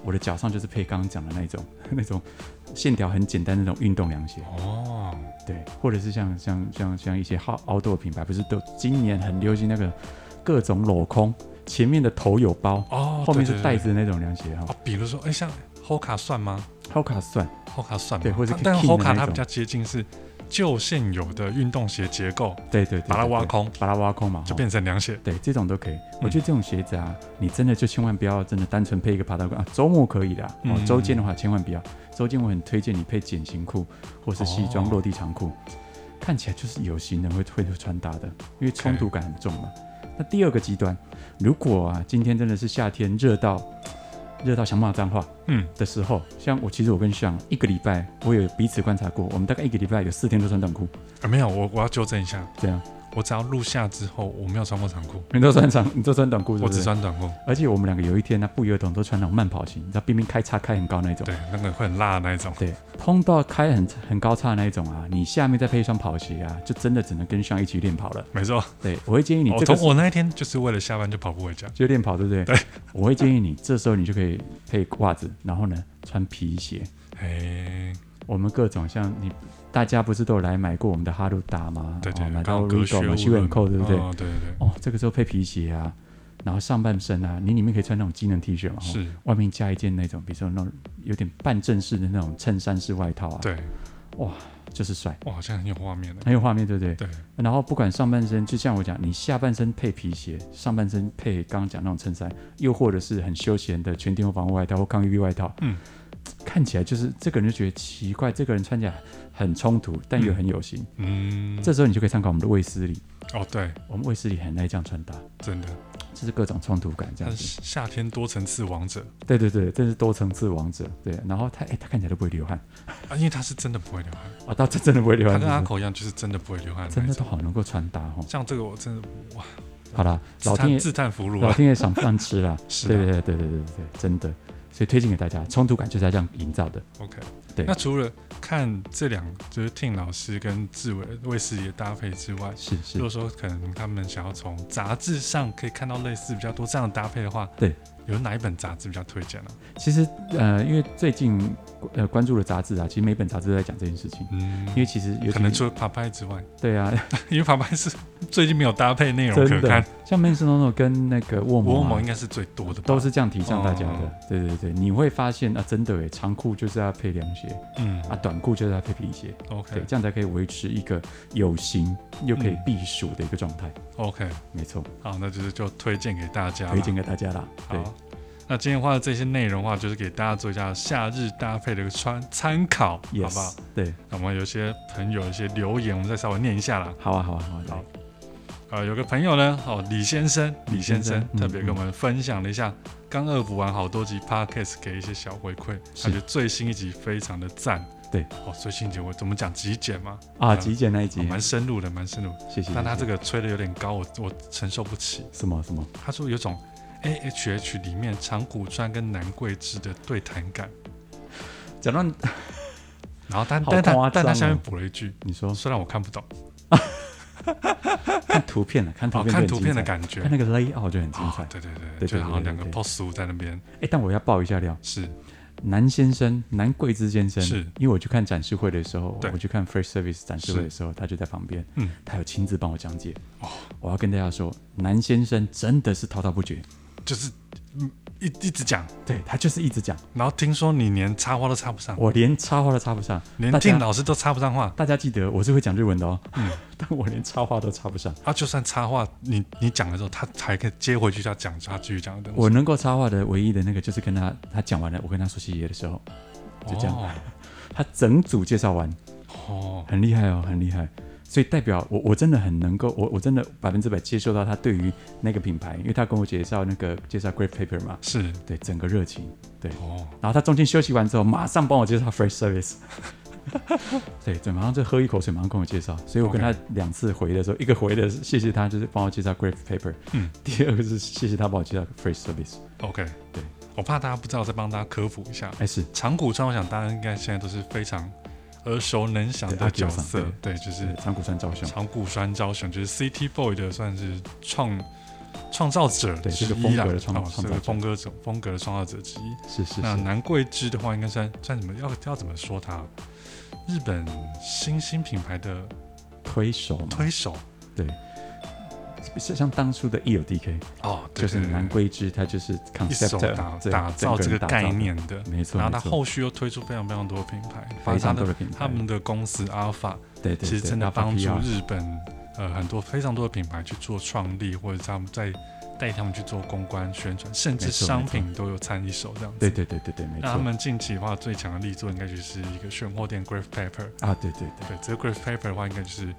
S2: 我的脚上就是配刚刚讲的那种 那种线条很简单的那种运动凉鞋，
S1: 哦，
S2: 对，或者是像像像像一些好 outdoor 品牌，不是都今年很流行那个各种镂空，前面的头有包。
S1: 哦，
S2: 后
S1: 对
S2: 面是
S1: 对
S2: 带
S1: 对
S2: 子的那种凉鞋哈、
S1: 哦，比如说，哎，像 Hoka 算吗
S2: 好卡算，
S1: ？Hoka 算吗
S2: 对或者是
S1: 但
S2: Kicking 的
S1: Hoka
S2: 那
S1: 它比
S2: 种
S1: 较接近是旧现有的运动鞋结构，
S2: 对对对，
S1: 把它
S2: 对
S1: 挖
S2: 对
S1: 空，
S2: 把它挖空嘛，
S1: 就
S2: 吼
S1: 变嗯成凉鞋。
S2: 对，这种都可以。我觉得这种鞋子啊，你真的就千万不要真的单纯配一个爬到裤啊，周末可以的、哦，
S1: 嗯
S2: 周间的话千万不要。周间我很推荐你配茧型裤或是西装
S1: 哦
S2: 落地长裤，看起来就是有型人会会穿搭的，因为冲突感很重嘛。那第二个极端，如果啊今天真的是夏天热到热到想骂脏话
S1: 嗯，
S2: 的时候，像我其实我跟像一个礼拜，我有彼此观察过，我们大概一个礼拜有四天都穿短裤，
S1: 啊，没有，我我要纠正一下，
S2: 这样
S1: 我只要入夏之后，我没有穿过长裤，
S2: 你都穿长，你都穿短裤 是
S1: 我
S2: 不
S1: 只
S2: 是？
S1: 穿短裤。
S2: 而且我们两个有一天呢，不约而同都穿那种慢跑型，你知道冰冰开叉开很高那一种。
S1: 对，那个会很辣的那一种。
S2: 对，通道开很很高叉的那一种啊，你下面再配一双跑鞋啊，就真的只能跟上一起练跑了。
S1: 没错，哦
S2: 对，我会建议你
S1: 我
S2: 这个
S1: 从
S2: 时候
S1: 我那一天就是为了下班就跑步回家。
S2: 就练跑，对不对？对，我会建议你这时候你就可以配袜子，然后呢穿皮鞋。
S1: 哎，
S2: 我们各种像你，大家不是都有来买过我们的哈鲁达吗？
S1: 对
S2: 哦
S1: 对，刚
S2: 买到
S1: 好隔
S2: Rigo
S1: 靴
S2: 嘛，西
S1: 无
S2: 文
S1: 论
S2: 扣，对不对？
S1: 哦对对
S2: 哦，这个时候配皮鞋啊，然后上半身啊，你里面可以穿那种机能 T 恤嘛，
S1: 对，
S2: 哦
S1: 是，
S2: 外面加一件那种，比如说那种有点半正式的那种衬衫式外套啊，，
S1: 对，
S2: 就是帅，
S1: 哇，好像很有画面的。
S2: 很有画面，对不对？
S1: 对，
S2: 然后不管上半身，就像我讲，你下半身配皮鞋，上半身配刚刚讲那种衬衫，又或者是很休闲的全天候防护外套或抗 UV 外套，
S1: 嗯，
S2: 看起来就是这个人就觉得奇怪，这个人穿起来很冲突，但又很有型。
S1: 嗯，
S2: 这时候你就可以参考我们的卫斯理，
S1: 哦对，
S2: 我们卫斯理很爱这样穿搭，
S1: 真的，
S2: 这是各种冲突感这
S1: 他
S2: 样
S1: 是
S2: 子。
S1: 夏天多层次王者
S2: 对对对，这是多层次王者。对，然后他哎，他看起来都不会流汗
S1: 啊，因为他是真的不会流汗，
S2: 啊，他真的不会流
S1: 他
S2: 汗，
S1: 跟阿
S2: 是不是
S1: 口一样，就是真的不会流汗的
S2: 真
S1: 那
S2: 的
S1: 一
S2: 都
S1: 种。
S2: 好能够穿搭哦。
S1: 像这个我真的哇，
S2: 好啦，
S1: 自
S2: 老天
S1: 叹
S2: 爷
S1: 自叹弗如
S2: 老
S1: 啊，
S2: 天爷赏饭吃啦，
S1: 是
S2: 对
S1: 的
S2: 对对对对对对，真的，所以推荐给大家，冲突感就是要这样营造的。
S1: OK，
S2: 对
S1: 那除了看这两就是 Tim 老师跟志伟卫视也搭配之外，
S2: 是
S1: 如
S2: 是
S1: 果，说可能他们想要从杂志上可以看到类似比较多这样的搭配的话，
S2: 对，
S1: 有哪一本杂志比较推荐呢、
S2: 其实呃，因为最近呃关注的杂志啊，其实每本杂志都在讲这件事情，
S1: 嗯，
S2: 因为其实有
S1: 可能除了 Papai 之外，
S2: 对啊，
S1: 因为 Papai 是 最近没有搭配内容可
S2: 真
S1: 看
S2: 的，像 m a n s o n o 跟那个沃
S1: 我
S2: 摩、
S1: 某
S2: 啊
S1: 应。该是最多的吧，
S2: 都是这样提倡大家
S1: 哦
S2: 的，对对对，你会发现啊，真的诶，长裤就是要配凉鞋
S1: 嗯
S2: 啊，短裤就是要配皮鞋，对，
S1: ，OK
S2: 这样才可以维持一个有型又可以
S1: 嗯
S2: 避暑的一个状态，
S1: OK，
S2: 没错，
S1: 好，那就是就推荐给大家啦，
S2: 推荐给大家啦，对，
S1: 好，那今天的话这些内容的话，就是给大家做一下夏日搭配的一个参参考
S2: y
S1: 好不好？？
S2: 对，
S1: 那我们有些朋友有一些留言，我们再稍微念一下啦。
S2: 好啊，好啊，好啊，来
S1: 好呃，有个朋友呢，哦，李先生，
S2: 李
S1: 李先生
S2: 先生
S1: 特别
S2: 嗯
S1: 跟我们分享了一下刚恶补完好多集 podcast 给一些小回馈，
S2: 是
S1: 他觉得最新一集非常的赞。
S2: 对，
S1: 哦，最新一集我怎么讲极简嘛，
S2: 啊，
S1: 呃
S2: 极简那一集
S1: 哦，蛮、深入的，蛮深入的。
S2: 谢谢。
S1: 但他这
S2: 个
S1: 个吹的有点高，我我承受不起。
S2: 什么什么
S1: 他说有种 A H H 里面长谷川跟南桂枝的对谈感，
S2: 讲到
S1: 然后但
S2: 好
S1: 但他
S2: 夸张
S1: 但他下面
S2: 哦
S1: 补了一句，
S2: 你说
S1: 虽然我看不懂，
S2: 看图片了，啊看图
S1: 哦，
S2: 片
S1: 看
S2: 就
S1: 图
S2: 很
S1: 片的
S2: 精彩
S1: 感觉
S2: 看，那个 layout 就很精彩
S1: 哦。对对
S2: 对
S1: 对，
S2: 对
S1: 就好像
S2: 对
S1: 两个
S2: 对
S1: pose 族在那边，
S2: 哎，但我要爆一下料，
S1: 是
S2: 南先生，南桂枝先生，
S1: 是
S2: 因为我去看展示会的时候
S1: 对，
S2: 我去看 Fresh Service 展示会的时候，他就在旁边，
S1: 嗯
S2: 他有亲自帮我讲解。
S1: 哦
S2: 我要跟大家说，南先生真的是滔滔不绝，
S1: 就是嗯一一直讲，
S2: 对他就是一直讲，
S1: 然后听说你连插花都插不上，
S2: 我连插话都插不上。
S1: 连
S2: 大
S1: 进
S2: 家
S1: 老师都插不上话
S2: 大家记得我是会讲日文的哦，
S1: 嗯
S2: 但我连插话都插不上。
S1: 啊！就算插话，你你讲的时候，他还可以接回去，他讲他继续讲的东西。
S2: 我能够插话的唯一的那个就是跟他他讲完了，我跟他说谢谢的时候，就这样
S1: 哦
S2: 他整组介绍完，
S1: 哦，
S2: 很厉害哦，很厉害。所以代表我我真的很能够，我我真的百分之百接受到他对于那个品牌，因为他跟我介绍那个介绍 Great Paper 嘛，
S1: 是
S2: 对整个热情。
S1: 哦，
S2: 然后他中间休息完之后，马上帮我介绍 Fresh Service。对，对，马上就喝一口水，马上跟我介绍。所以我跟他
S1: OK
S2: 两次回的时候一个回的是谢谢他，就是帮我介绍 Great Paper，
S1: 嗯
S2: 第二个是谢谢他帮我介绍 Fresh Service。
S1: OK，
S2: 对，
S1: 我怕大家不知道，再帮大家科普一下，
S2: 哎，是
S1: 长谷川，我想大家应该现在都是非常耳熟能详
S2: 对
S1: 的
S2: 阿基
S1: 角
S2: 老桑
S1: 色，对，就是
S2: 长谷川照雄。
S1: 长谷川昭雄，就是 City Boy 的算是创创造者
S2: 对
S1: 之
S2: 这个
S1: 一
S2: 风
S1: 啦，
S2: 格的创
S1: 哦
S2: 创
S1: 这
S2: 造
S1: 个
S2: 者
S1: 风格者风格的创造者之一。
S2: 是是
S1: 那
S2: 是，
S1: 南桂枝的话，应该算算怎么要要怎么说它？日本新兴品牌的
S2: 推手嘛，
S1: 推手
S2: 像像当初的 E EODK，
S1: 哦，对
S2: 就是
S1: 对对
S2: 南桂枝，它就是
S1: 一手
S2: concept
S1: 打
S2: 对
S1: 打造这
S2: 整
S1: 个
S2: 打造
S1: 概
S2: 的，
S1: 念的，
S2: 没错，
S1: 然后
S2: 没
S1: 它
S2: 错
S1: 后续又推出非常非常多的品牌，包括它
S2: 非常多
S1: 的
S2: 的品牌，
S1: 他们的公司 Alpha，
S2: 对对对，
S1: 其实真的
S2: Alpha
S1: 帮助
S2: PR
S1: 日本呃很多非常多的品牌去做创立，或者他们在带他们去做公关宣传，甚至
S2: 没错
S1: 商
S2: 没错
S1: 品都有参一手这样子。
S2: 对对对对对，没
S1: 那他
S2: 错
S1: 们近期的话，最强的力作应该就是一个选货店 Grave Paper。
S2: 啊，对对对，
S1: 对，这个 Grave Paper 的话，应该就是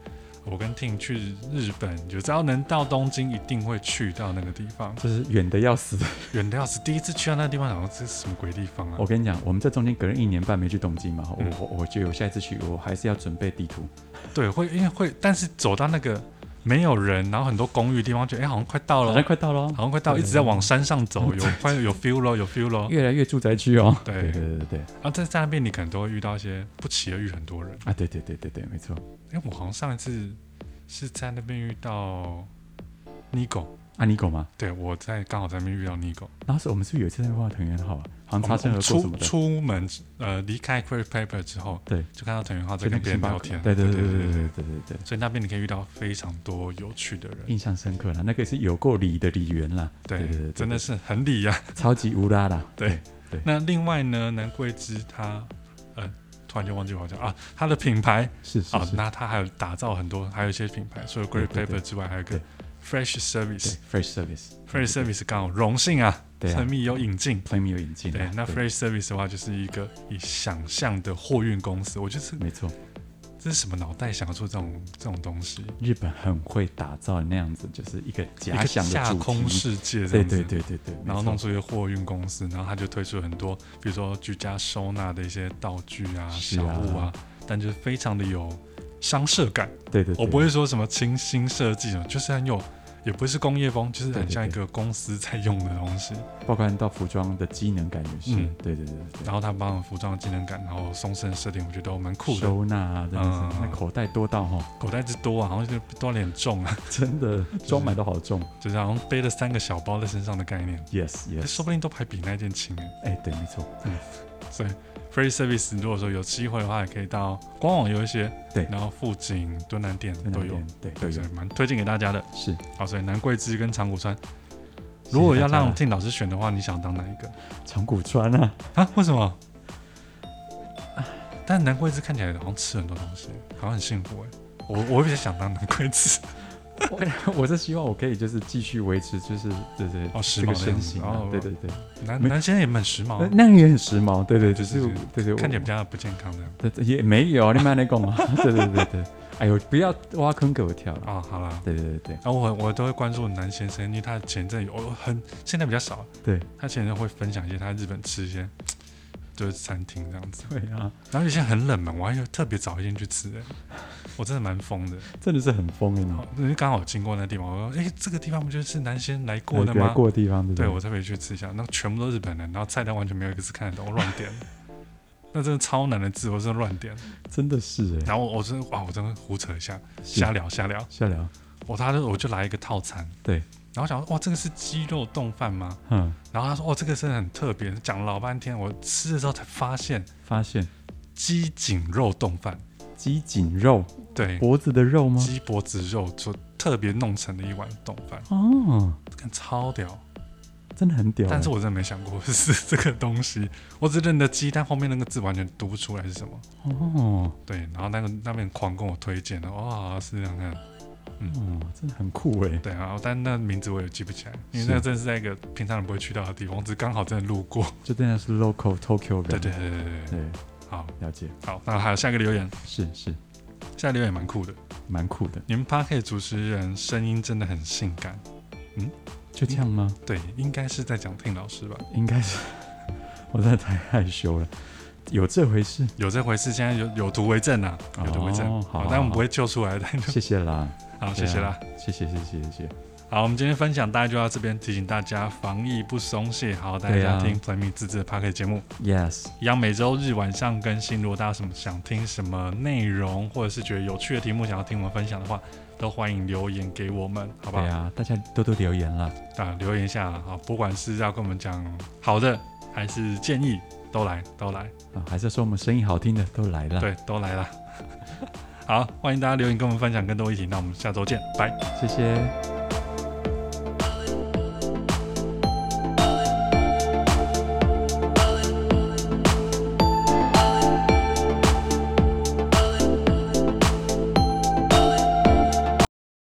S1: 我跟 Ting 去日本，就只要能到东京，一定会去到那个地方。
S2: 就是远的要死。
S1: 远的要死，第一次去到那个地方，想说这是什么鬼地方啊
S2: 我？跟你讲，我们这中间隔了一年半没去东京嘛，我
S1: 嗯
S2: 我我觉得我下一次去，我还是要准备地图。
S1: 对，会因为会，但是走到那个没有人，然后很多公寓的地方，觉得哎、好像快到了
S2: 好
S1: 哦，
S2: 像快到了哦，
S1: 好像快到，一直在往山上走，有快有 feel 咯，有 feel 咯。
S2: 越来越住宅区哦。
S1: 对
S2: 对对对对对
S1: 然后在在那边，你可能都会遇到一些不期而遇很多人。
S2: 啊，对对对对对，没错。
S1: 哎，我好像上一次是在那边遇到 Nigo，
S2: 啊，你狗吗？
S1: 对我在刚好在那边遇到 Nigo。
S2: 那时候我们是不是有一次在万藤原浩啊，好像
S1: 我
S2: 擦
S1: 们我
S2: 身而
S1: 们出
S2: 过什么的？
S1: 出门呃离开 Queer Paper 之后，
S2: 对，
S1: 就看到藤原浩在
S2: 就那
S1: 跟
S2: 个
S1: 别人
S2: 星巴
S1: 聊
S2: 克
S1: 天。
S2: 对对对对
S1: 对
S2: 对对对对对，
S1: 所以那边你可以遇到非常多有趣的人，
S2: 印象深刻了，那个是有够理的理源啦，嗯对对对对
S1: 真的是很理呀、
S2: 超级无拉啦。
S1: 对
S2: 对
S1: 那另外呢，南桂枝它呃突然就忘记我好像啊，它的品牌
S2: 是是
S1: 啊，
S2: 是，
S1: 那它还有打造很多，还有一些品牌，除了 Great
S2: 对对
S1: Paper
S2: 对
S1: 之外，还有一个
S2: 对
S1: Fresh
S2: 对
S1: Service。
S2: ，Fresh Service，
S1: Fresh Service 刚好荣幸啊，
S2: 对啊
S1: 陈密有引进。
S2: ，Play Me 有引进啊，
S1: 对，那 Fresh Service 的话，就是一个以想象的货运公司。我觉得这
S2: 没错，
S1: 这是什么脑袋想要做这种这种东西？
S2: 日本很会打造那样子，就是一个
S1: 一
S2: 假
S1: 个
S2: 想的
S1: 架
S2: 主
S1: 空
S2: 题，
S1: 世界这
S2: 对
S1: 样子。
S2: 对对对对，
S1: 然后
S2: 没错
S1: 弄出一个货运公司，然后他就推出很多，比如说居家收纳的一些道具啊、
S2: 是
S1: 小
S2: 啊
S1: 物啊，但就是非常的有商社感。
S2: 对对，对
S1: 我不会说什么清新设计什么，就是很有，也不是工业风，就是
S2: 对
S1: 很
S2: 对
S1: 像一
S2: 对
S1: 个公司在用的东西。
S2: 包括到服装的机能感也是，
S1: 嗯
S2: 对对对对
S1: 然
S2: 对。
S1: 后它帮服装的机能感，然后松身设定，我觉得都蛮酷的。
S2: 收纳啊，真的是，
S1: 嗯
S2: 那口袋多 到哈，
S1: 口袋之多啊，好像就多点重啊，
S2: 真 的装满都好重。
S1: 就是好像背了三个小包在身上的概念，
S2: Yes
S1: 这
S2: Yes，
S1: 说不定都还比那件轻哎、
S2: 哎，对，没错，
S1: 所以 free service 如果说有机会的话，也可以到官网有一些，
S2: 对
S1: 然后附近敦南店
S2: 在那
S1: 都有
S2: 边，对都
S1: 对，
S2: 有
S1: 所以，蛮推荐给大家的。
S2: 是。
S1: 好，所以南桂枝跟长谷川，
S2: 谢谢
S1: 如果要
S2: 大家
S1: 让 Tim 老师选的话，你想当哪一个？
S2: 长谷川啊，
S1: 啊？为什么？但南桂枝看起来好像吃很多东西，好像很幸福哎。我我会比较想当南桂枝
S2: 我我是希望我可以就是继续维持就是对对
S1: 哦时髦
S2: 这个
S1: 的
S2: 身
S1: 样子
S2: 形啊
S1: 哦，
S2: 对对对，
S1: 男
S2: 没
S1: 男先生也蛮时髦
S2: 那
S1: 啊，
S2: 那样也很时髦，对对，只是
S1: 对
S2: 对对，我
S1: 看起来比较不健康的
S2: 对对也没有啊，你慢点讲啊， 对对对对，哎呦，不要挖坑给我跳了，
S1: 啊。好啦，
S2: 对对对对
S1: 然后我我都会关注南先生，因为他前阵有我很现在比较少，
S2: 对
S1: 他前阵会分享一些他日本吃一些就是餐厅这样子，
S2: 对啊，
S1: 然后有些很冷门，我还有特别找一间去吃、欸，我真的蛮疯的。
S2: 真的是很疯欸的你
S1: 然，后因为刚好经过那地方，我说：“哎、这个地方不就是南先来过的
S2: 哎不要
S1: 吗？”
S2: 过的地方对不
S1: 对，我特别去吃一下，那全部都日本人，然后菜单完全没有一个是看得懂，我乱 点。那真的超难的字，我真的乱点。
S2: 真的是哎，
S1: 然后我我真的哇，我真的胡扯一下，瞎聊瞎聊。
S2: 下聊，
S1: 我他就我就来一个套餐，
S2: 对。
S1: 然后想说哇，这个是鸡肉冻饭吗？
S2: 嗯，
S1: 然后他说：“哦，这个真的很特别。”讲了老半天，我吃的时候才发现
S2: 发现
S1: 鸡颈肉冻饭，
S2: 鸡颈肉，
S1: 对，
S2: 脖子的肉吗？
S1: 鸡脖子肉就特别弄成了一碗冻饭，
S2: 哦，
S1: 看超屌。
S2: 真的很屌哎，
S1: 但是我真的没想过是这个东西，我只认得鸡，但后面那个字完全读不出来是什么。
S2: 哦。
S1: 对，然后那个那边狂跟我推荐的，哇，是这样看。嗯
S2: 哦，真的很酷哎！
S1: 对啊，但那名字我也记不起来，因为
S2: 是
S1: 那真的是在一个平常人不会去到的地方，我只刚好真的路过。
S2: 就真的是 local Tokyo 人，
S1: 对对对对对对，
S2: 对，
S1: 好
S2: 了解，
S1: 好，那还有下一个留言，
S2: 是是，
S1: 下一个留言也蛮酷的。
S2: 蛮酷的，
S1: 你们 p a r k 主持人声音真的很性感，
S2: 就这样吗？
S1: 对，应该是在讲 Tim 老师吧？
S2: 应该是， 我真的太害羞了，有这 回事？
S1: 有这回事，现在有有图为证啊，有图为证。
S2: 哦好好
S1: 但我们
S2: 好
S1: 不会救出来的。
S2: 谢谢啦，
S1: 好，
S2: 对
S1: 谢
S2: 啊
S1: 谢啦。
S2: 谢谢谢谢谢谢，
S1: 好，我们今天分享大概就到这边，提醒大家防疫不松懈，好好大
S2: 对
S1: 家
S2: 啊
S1: 听 Play Me 自制的 p a r k 节目，
S2: Yes，
S1: 一样每周日晚上更新。如果大家什么想听什么内容，或者是觉得有趣的题目想要听我们分享的话，都欢迎留言给我们，好不好
S2: 对？啊，大家多多留言啦，
S1: 啊，留言一下啊，不管是要跟我们讲好的，还是建议，都来，都来，
S2: 啊，还是说我们声音好听的都来啦，
S1: 对，都来 啦。好，欢迎大家留言跟我们分享更多议题，那我们下周见，拜。
S2: 谢谢。